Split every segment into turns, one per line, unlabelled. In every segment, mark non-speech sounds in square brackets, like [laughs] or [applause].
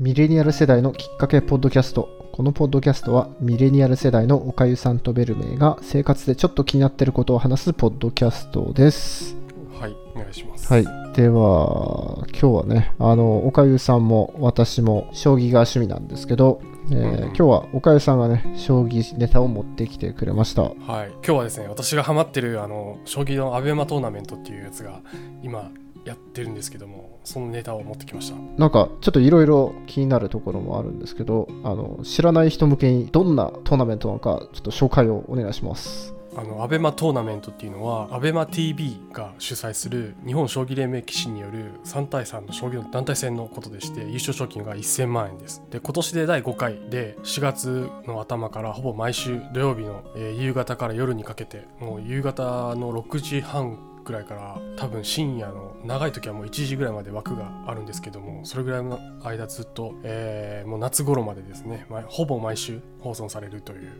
ミレニアル世代のきっかけポッドキャストこのポッドキャストはミレニアル世代のおかゆさんとベルメイが生活でちょっと気になってることを話すポッドキャストです
はい、お願いします。
はい。では今日はねあのおかゆさんも私も将棋が趣味なんですけど、えー
うんうん
今日はおかゆさんがね将棋ネタを持ってきてくれました
はい、今日はですね、私がハマってるあの将棋のアベマトーナメントっていうやつが今やってるんですけども、そのネタを持ってきました。
なんかちょっといろいろ気になるところもあるんですけどあの知らない人向けにどんなトーナメントなのかちょっと紹介をお願いします
あのアベマトーナメントっていうのはアベマ t v が主催する日本将棋連盟棋士による3対3の将棋の団体戦のことでして優勝賞金が1000万円ですで今年で第5回で4月の頭からほぼ毎週土曜日の、えー夕方から夜にかけてもう夕方の6時半ぐらいから多分深夜の長い時はもう1時ぐらいまで枠があるんですけどもそれぐらいの間ずっと、えーもう夏頃までですね、まあほぼ毎週放送されるという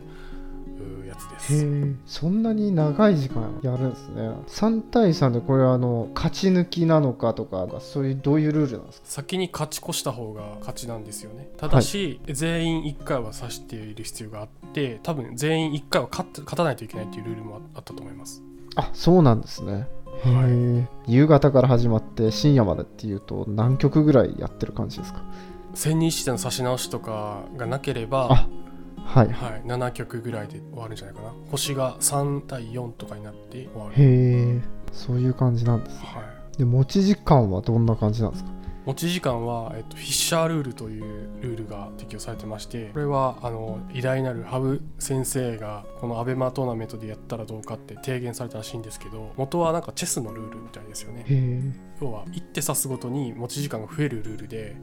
うーやつです。
えそんなに長い時間やるんですね3対3でこれはあの勝ち抜きなのかとかそういうどういうルールなんですか
先に勝ち越した方が勝ちなんですよねただし、全員1回は指している必要があって多分全員1回は勝って勝たないといけないっていうルールもああったと思います
あそうなんですねへ
はい
え夕方から始まって深夜までっていうと何曲ぐらいやってる感じですか
千人一手の指し直しとかがなければ
あ、はいへ
はい、7曲ぐらいで終わるんじゃないかな星が3対4とかになって終わる、
えそういう感じなんです
はい、
で持ち時間はどんな感じなんですか
持ち時間は、えっと、フィッシャールールというルールが適用されてましてこれはあの偉大なる羽生先生がこのアベマトーナメントでやったらどうかって提言されたらしいんですけど元はなんかチェスのルールみたいですよね
へえ
要は一手指すごとに持ち時間が増えるルールで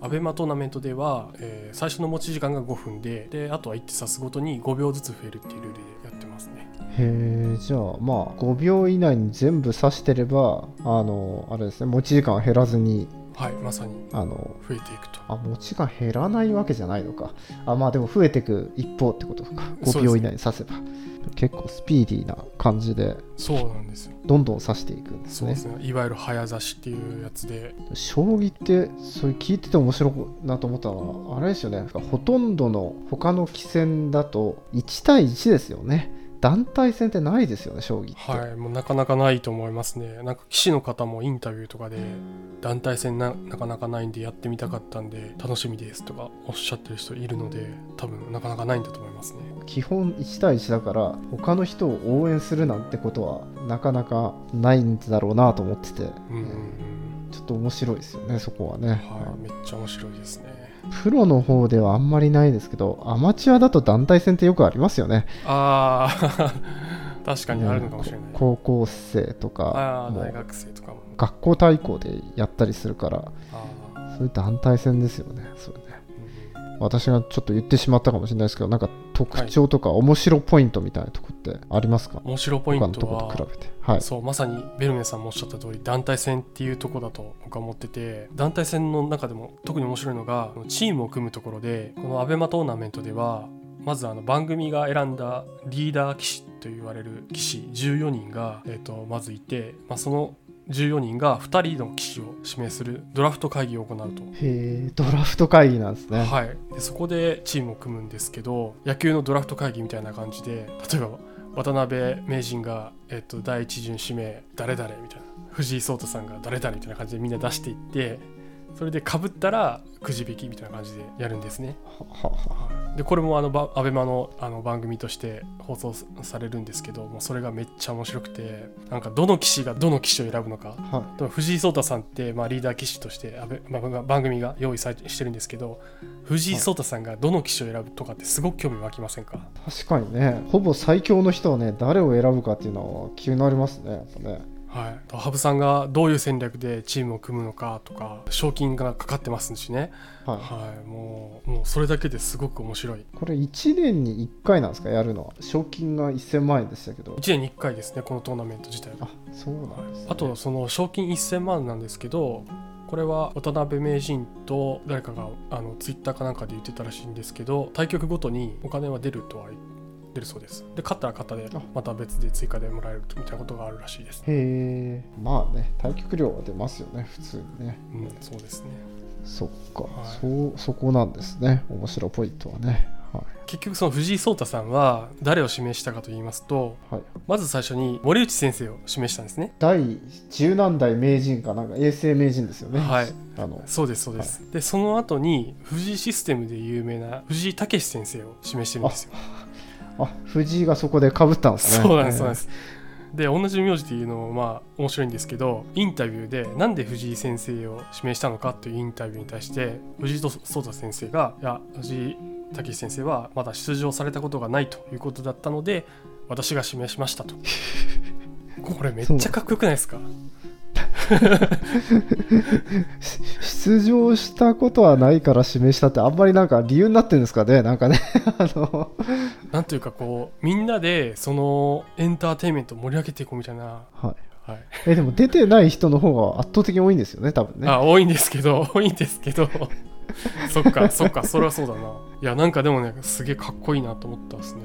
アベマトーナメントでは、えー最初の持ち時間が5分でであとは一手指すごとに5秒ずつ増えるっていうルールでやってますね
へえじゃあまあ5秒以内に全部指してればあのあれですね持ち時間は減らずに
はいまさに
あの
増えていくと
あ持ち時間減らないわけじゃないのかあまあでも増えていく一方ってことか5
そうです
秒
ね
以内に指せば、結構スピーディーな感じで
そうなんですよ
どんどん指していくんです
そうで
ね
すねいわゆる早指しっていうやつで
将棋ってそれ聞いてて面白いなと思ったのはあれですよねほとんどの他の棋戦だと1対1ですよね団体戦ってないですよね将棋って、
はい、もうなかなかないと思いますね。なんか棋士の方もインタビューとかで団体戦ななかなかないんでやってみたかったんで楽しみですとかおっしゃってる人いるので多分なかなかないんだと思いますね。
基本1対1だから他の人を応援するなんてことはなかなかないんだろうなと思ってて、
うんうん
ちょっと面白いですよねそこはね、
うん。はい、めっちゃ面白いですね。
プロの方ではあんまりないですけどアマチュアだと団体戦ってよくありますよね
ああ、 [laughs] 確かにあるのかもしれない。
こ高校生と
あ
か
あ、
も
大
う
学生とかも。
学校対抗でやったりするから
ああ、
そういう団体戦ですよねそれね
うん
私がちょっと言ってしまったかもしれないですけどなんか特徴とか面白ポイントみたいなとこってありますか、
うん。面白いポイ
他
ン
の
ト
とこと
は
比。べてはい
そうまさにベルメンさんもおっしゃった通り団体戦っていうとこだと僕は思ってて団体戦の中でも特に面白いのがチームを組むところでこの ABEMA トーナメントではまずあの番組が選んだリーダー棋士と言われる棋士14人が、えー、とまずいて、まあ、その14人が2人の棋士を指名するドラフト会議を行うと
へえドラフト会議なんですね
はい、でそこでチームを組むんですけど野球のドラフト会議みたいな感じで例えば渡辺名人が、えっと、第一巡指名誰々みたいな藤井聡太さんが誰々みたいな感じでみんな出していってそれでかぶったらくじ引きみたいな感じでやるんですね。
ははは
でこれもあのばアベマのあの番組として放送されるんですけどもうそれがめっちゃ面白くてなんかどの棋士がどの棋士を選ぶのか
は
でも藤井聡太さんって、まあ、リーダー棋士として安倍まあ番組が用意されてしてるんですけど藤井聡太さんがどの棋士を選ぶとかってすごく興味湧きませんか、
い確かにねほぼ最強の人はね誰を選ぶかっていうのは気になりますねやっぱね
はい、と羽生さんがどういう戦略でチームを組むのかとか賞金がかかってますしね、
はい
はい、もうもうそれだけですごく面白い
これ1年に1回なんですかやるのは賞金が1000万円でしたけど
1年に1回ですねこのトーナメント自体は
あそうなんです、ね、
あとその賞金1000万なんですけどこれは渡辺名人と誰かがあのツイッターかなんかで言ってたらしいんですけど対局ごとにお金は出るとは出るそうですで勝ったら勝ったで
あ
また別で追加でもらえるみたいなことがあるらしいで
へ
す、
えまあね対局料は出ますよね普通にね
うん、そうですね
そっか、
はい
そうそこなんですね面白いポイントはね、はい、
結局その藤井聡太さんは誰を指名したかと言いますと
はい、
まず最初に森内先生を指名したんですね
第十何代名人かなんか永世名人ですよね
はい
あの
そうですそうです、でその後に藤井システムで有名な藤井武先生を指名してるんですよ
あ藤井がそこでかぶったんですね
そうなんです、そうなんですす。で、同じ名字っていうのもまあ面白いんですけど、インタビューでなんで藤井先生を指名したのかというインタビューに対して、藤井聡太先生が、いや、藤井武先生はまだ出場されたことがないということだったので、私が指名しましたと。 [laughs] これめっちゃかっこよくないですか
出場したことはないから指名したってあんまりなんか理由になってるんですかねなんかね [laughs] あの
なんというかこう、みんなでそのエンターテインメントを盛り上げていこうみたいな、
はい
はい
えでも出てない人の方が圧倒的に多いんですよね多分ね
あ多いんですけど [laughs] 多いんですけどそっかそっかそれはそうだないやなんかでもねすげえかっこいいなと思ったですね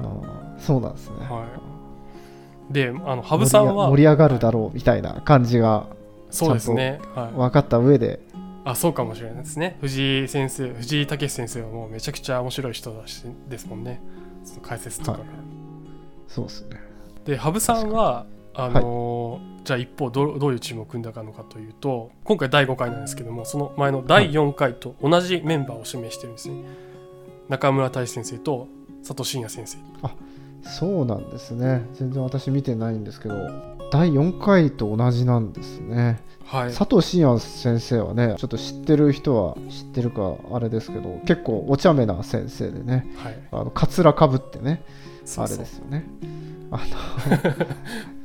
この
あーそうなんですね、
はいであの羽生さんは
盛り上がるだろうみたいな感じが
そうですね、はい、
分かった上で
あそうかもしれないですね藤井先生藤井武先生はもうめちゃくちゃ面白い人だしですもんねその解説とかが、
はそうですね
で羽生さんはあのーじゃあ一方どうどういうチームを組んだのかというと今回第5回なんですけどもその前の第4回と同じメンバーを指名してるんですね、中村大志先生と佐藤真也先生
そうなんですね全然私見てないんですけど第4回と同じなんですね
はい
佐藤真也先生はねちょっと知ってる人は知ってるかあれですけど結構お茶目な先生でね
はい
あのカツラかぶってね
そうそう
あれですよねあ [laughs] の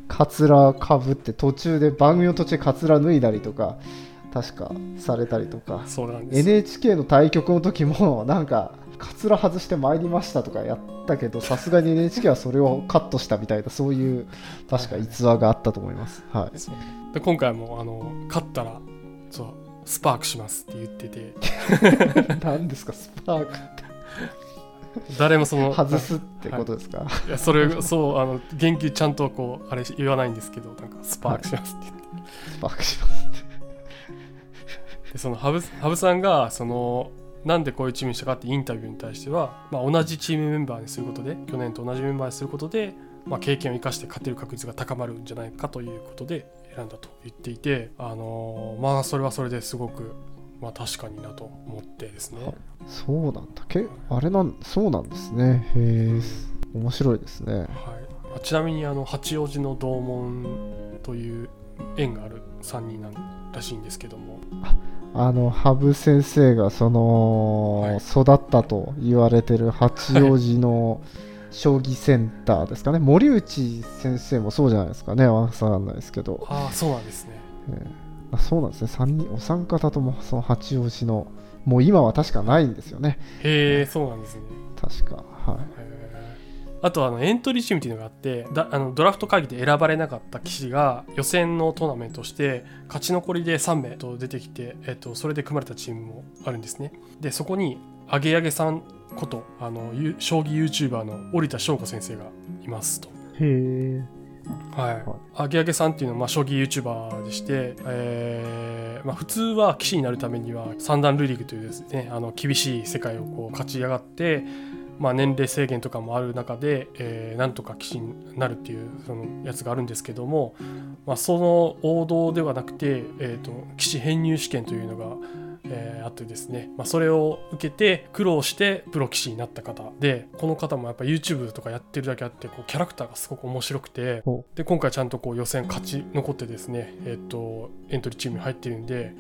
カツラかぶって途中で番組の途中でカツラ脱いだりとか確かされたりとか
そうなんです
NHK の対局の時もなんかカツラ外して参りましたとかやったけどさすがに NHK はそれをカットしたみたいなそういう確か逸話があったと思いますはい
そうで今回もあの勝ったらそうスパークしますって言ってて
何ですかスパーク
誰もそ [laughs] の
外すってことですか、
いやそれそうあの言及ちゃんとこうあれ言わないんですけどなんかスパークしますって言って
スパークしますって
でその羽生羽生さんがそのなんでこういうチームにしたかってインタビューに対しては、まあ、同じチームメンバーにすることで去年と同じメンバーにすることで、まあ、経験を生かして勝てる確率が高まるんじゃないかということで選んだと言っていて、あのーまあそれはそれですごく、まあ、確かになと思ってですね
は。そうなんだけあれなんそうなんですねへえ面白いですね
はい、あちなみにあの八王子の同門という縁がある3人なんらしいんですけども
あの羽生先生がその、
はい
育ったと言われてる八王子の将棋センターですかね、森内先生もそうじゃないですかね、わからないですけど、
ああそうなんですね
えーあそうなんですね、三人お三方ともその八王子の、もう今は確かないんですよね、
へえそうなんですね
確か。はい、
へーあとあのエントリーチームっていうのがあってだあのドラフト会議で選ばれなかった棋士が予選のトーナメントをして勝ち残りで3名と出てきて、えっと、それで組まれたチームもあるんですねでそこにアゲアゲさんことあのゆ将棋 YouTuber の織田翔子先生がいますと
へ
はい、アゲアゲさんっていうのは、まあ、将棋 YouTuber でして、えーまあ、普通は棋士になるためには三段ルーリングというですねあの厳しい世界をこう勝ち上がって、まあ、年齢制限とかもある中で、えーなんとか棋士になるっていうそのやつがあるんですけども、まあ、その王道ではなくて、えー、と棋士編入試験というのが、えーあってですね、まあ、それを受けて苦労してプロ棋士になった方でこの方もやっぱ YouTube とかやってるだけあってこうキャラクターがすごく面白くて
ほ
で今回ちゃんとこう予選勝ち残ってですね、えっとエントリーチームに入ってるんで、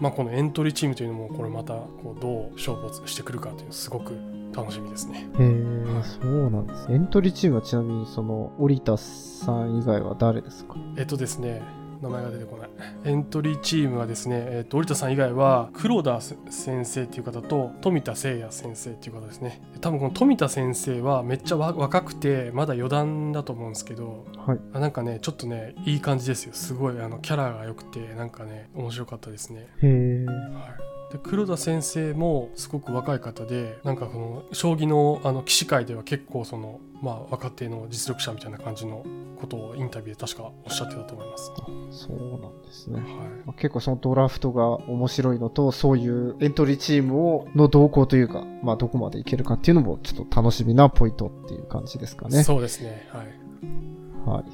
まあ、このエントリーチームというのもこれまたこうどう勝負をしてくるかというのすごく楽しみですね。
え、
は
そ
い
うなんです、エントリーチームはちなみに、その織田さん以外は誰ですか
えっとですね名前が出てこないエントリーチームはですね、えっと織田さん以外は黒田先生っていう方と富田誠也先生っていう方ですね多分この富田先生はめっちゃわ若くてまだ余談だと思うんですけど
はい、
あなんかねちょっとねいい感じですよすごいあのキャラが良くてなんかね面白かったですね
へえ、
はいで黒田先生もすごく若い方でなんかこの将棋のあの棋士界では結構その、まあ、若手の実力者みたいな感じのことをインタビューで確かおっしゃってたと思います。は
そうなんですね
い
まあ結構そのドラフトが面白いのとそういうエントリーチームをの動向というか、まあ、どこまでいけるかっていうのもちょっと楽しみなポイントっていう感じですかね。
そうですね、はい、
はい、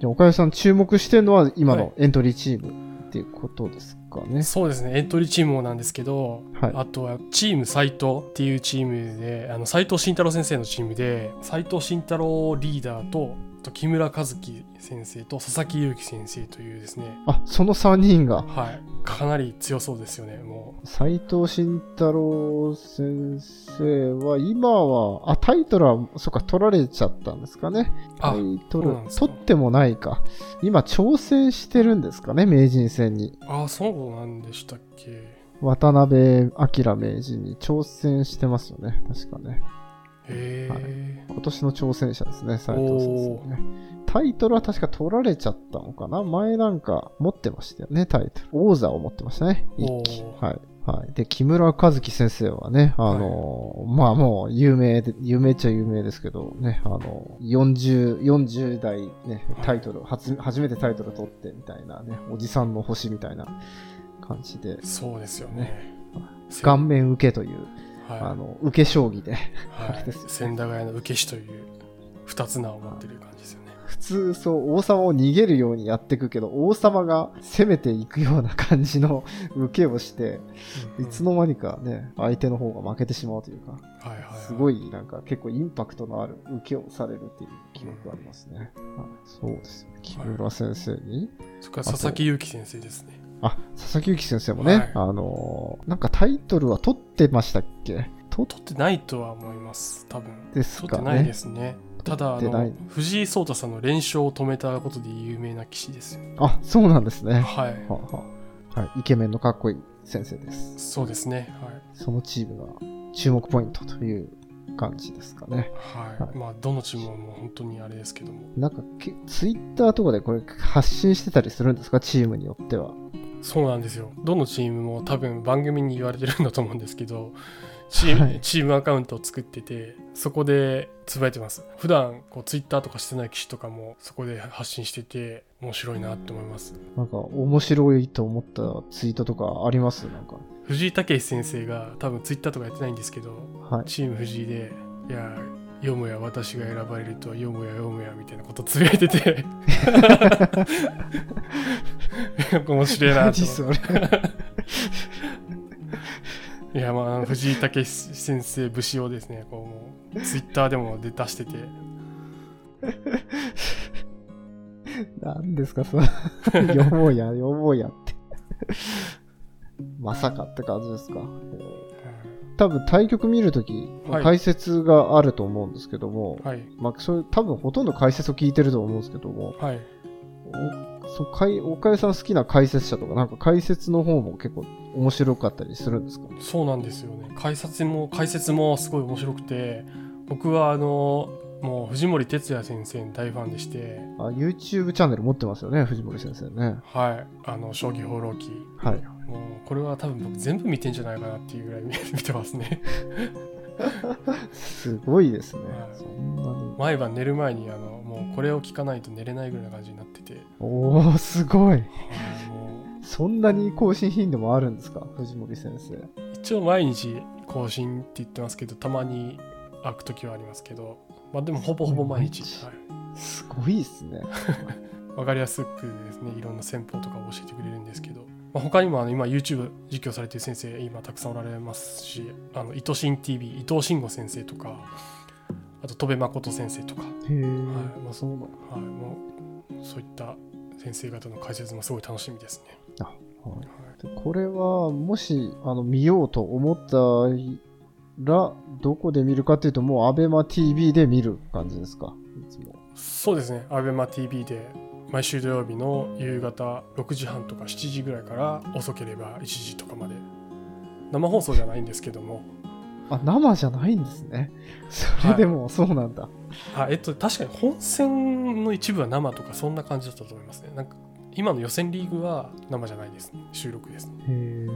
じゃあ岡谷さん注目してるのは今
は
のエントリーチームっていうことですかね。
そうですねエントリーチームもなんですけど、
はい
あとはチーム斎藤っていうチームであの斎藤慎太郎先生のチームで斎藤慎太郎リーダーとあと木村和樹先生と佐々木勇樹先生というですね
あその3人が
はいかなり強そうですよねもう
斉藤慎太郎先生は今はあタイトルはそっか取られちゃったんですかね。
あ
タイト
そ
ル
うなんですか
取ってもないか今挑戦してるんですかね名人戦に。
あそうなんでしたっけ
渡辺明名人に挑戦してますよね、確かね。
へえ、
今年の挑戦者ですね、斉藤先生ね。タイトルは確か取られちゃったのかな前なんか持ってましたよね、タイトル。王座を持ってましたね、一期
お。ー
はい。はい。で、木村和樹先生はね、あのーまあもう有名で、有名っちゃ有名ですけど、ね、あのー、40、40代ね、タイトル、初め初めてタイトル取ってみたいなね、おじさんの星みたいな感じで、
そうですよねせん
顔面受けという
はい、
あの受け将棋で [laughs]
は
あれ
い
ですよ、
千駄ヶ谷の受け師という二つ名を持ってる感じですよね
普通そう王様を逃げるようにやっていくけど王様が攻めていくような感じの [laughs] 受けをしていつの間にかね相手の方が負けてしまうというか
はいはいはい
すごいなんか結構インパクトのある受けをされるっていう記憶がありますね、はいそうですよね木村先生に
それから佐々木勇樹先生ですね
あ佐々木由紀先生もね、
はい
あのーなんかタイトルは取ってましたっけ取
取ってないとは思います多分
です
取っ
か
てない
ね
ですねただあ
取ってない
の藤井聡太さんの連勝を止めたことで有名な棋士ですよ
あそうなんですね
はい
はあはあはい、イケメンのかっこいい先生です。
そうですねはい
そのチームが注目ポイントという感じですかね。
はい、
はい
まあどのチームももう本当にあれですけども
なんかけ、ツイッターとかでこれ発信してたりするんですか、チームによっては。
そうなんですよどのチームも多分番組に言われてるんだと思うんですけ
[laughs]
どチーム,、
はい
チームアカウントを作っててそこでつぶやいてます普段こうツイッターとかしてない棋士とかもそこで発信してて面白いなって思います
なんか、面白いと思ったツイートとかありますなんか。
藤井武先生が多分ツイッターとかやってないんですけど
はい。
チーム藤井で「いやよもや私が選ばれるとはよもやよもや」みたいなことつぶやいてて
[laughs]
[laughs] 面白いな
何
と思って
それ。 [laughs]
いやまああの藤井武先生武士をですねこうもうツイッターでも出出してて
何ですか、その、 [laughs] よもや、よもやって。まさかって感じですか。多分対局見るとき、
はい
解説があると思うんですけども、
はい
まあ、それ多分ほとんど解説を聞いてると思うんですけども、
はい
おそうかい岡谷さん好きな解説者とか、なんか解説の方も結構面白かったりするんですか
そうなんですよね解説も解説もすごい面白くて僕はあのもう藤森哲也先生の大ファンでして
あ ?YouTube チャンネル持ってますよね、藤森先生ね。
はいあの将棋放浪記
はい。
もうこれは多分僕全部見てんじゃないかなっていうぐらい [laughs] 見見てますね
すごいですね
は。い
そんなに。
毎晩寝る前にあのもうこれを聞かないと寝れないぐらいな感じになってて、は
おー、すごい。
いもう
そんなに更新頻度もあるんですか藤森先生。
一応毎日更新って言ってますけどたまに開く時はありますけどまあでもほぼほぼ毎日
毎日
わ、は
すごいですね。
い、わかりやすくですねいろんな戦法とかを教えてくれるんですけど、まあ、他にもあの今 YouTube 実況されてる先生今たくさんおられますしあの伊藤新 TV 伊藤慎吾先生とかあと戸部誠先生とか、は
へえ、
はいまあ
そうなの。
い、もうそういった先生方の解説もすごい楽しみですね。
はい
は
でこれはもしあの見ようと思ったらどこで見るかっていうともう ABEMATV で見る感じですかいつも
いそうですね ABEMATV で毎週土曜日の夕方6時半とか7時ぐらいから遅ければ1時とかまで生放送じゃないんですけども
あ生じゃないんですねそれでもそうなんだ、
あえっと確かに本戦の一部は生とかそんな感じだったと思いますねなんか今の予選リーグは生じゃないですね収録ですね
へえ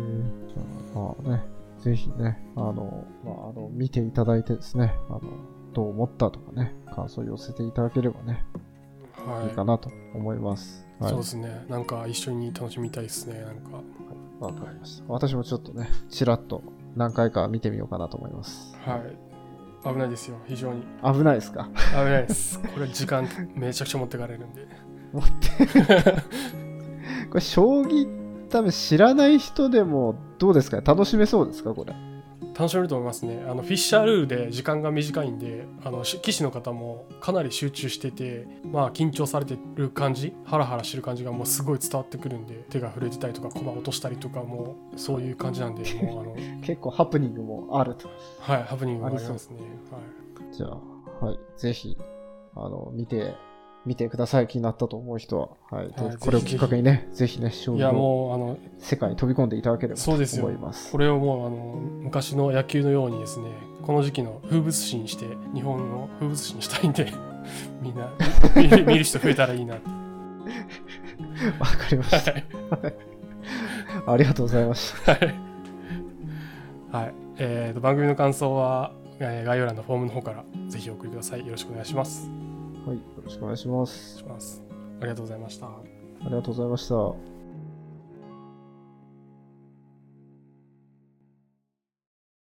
まあね、ぜひね、あの、まあ、あの、見ていただいてですね、あの、どう思ったとかね、感想を寄せていただければね、
はい
いいかなと思います。はい
そうですねなんか一緒に楽しみたいですねなんか
わかりました。私もちょっとね、ちらっと何回か見てみようかなと思います。
はい危ないですよ非常に
危ないですか [laughs]
危ないですこれ時間めちゃくちゃ持ってかれるんで
持って。これ、将棋、多分知らない人でもどうですか楽しめそうですかこれ。
楽しめると思いますねあのフィッシャールールで時間が短いんであのし棋士の方もかなり集中しててまあ緊張されてる感じハラハラしてる感じがもうすごい伝わってくるんで手が震えてたりとか駒落としたりとかもうそういう感じなんでもうあ [laughs] の
結構ハプニングもあると。
はいハプニングがありますね
じゃあ、はい、ぜひ、あの、見て、見てください。気になったと思う人は。はい。
はい
でこれをきっかけにね、ぜひね、将
はい、い
棋
や
の
もうあの
世界に飛び込んでいただければと
そうですよ
思います。
これをもうあの昔の野球のようにですねこの時期の風物詩にして日本の風物詩にしたいんで [laughs] みん [laughs] な見る見る人増えたらいいなって
わかりまし
はい
[laughs] た。ありがとうございました。
はい。はい。えーと、番組の感想は、えー概要欄のフォームの方からぜひお送りください。よろしくお願いします。
はい。よろしくお願いしま
お願い
す。
しますありがとうございました。
ありがとうございました。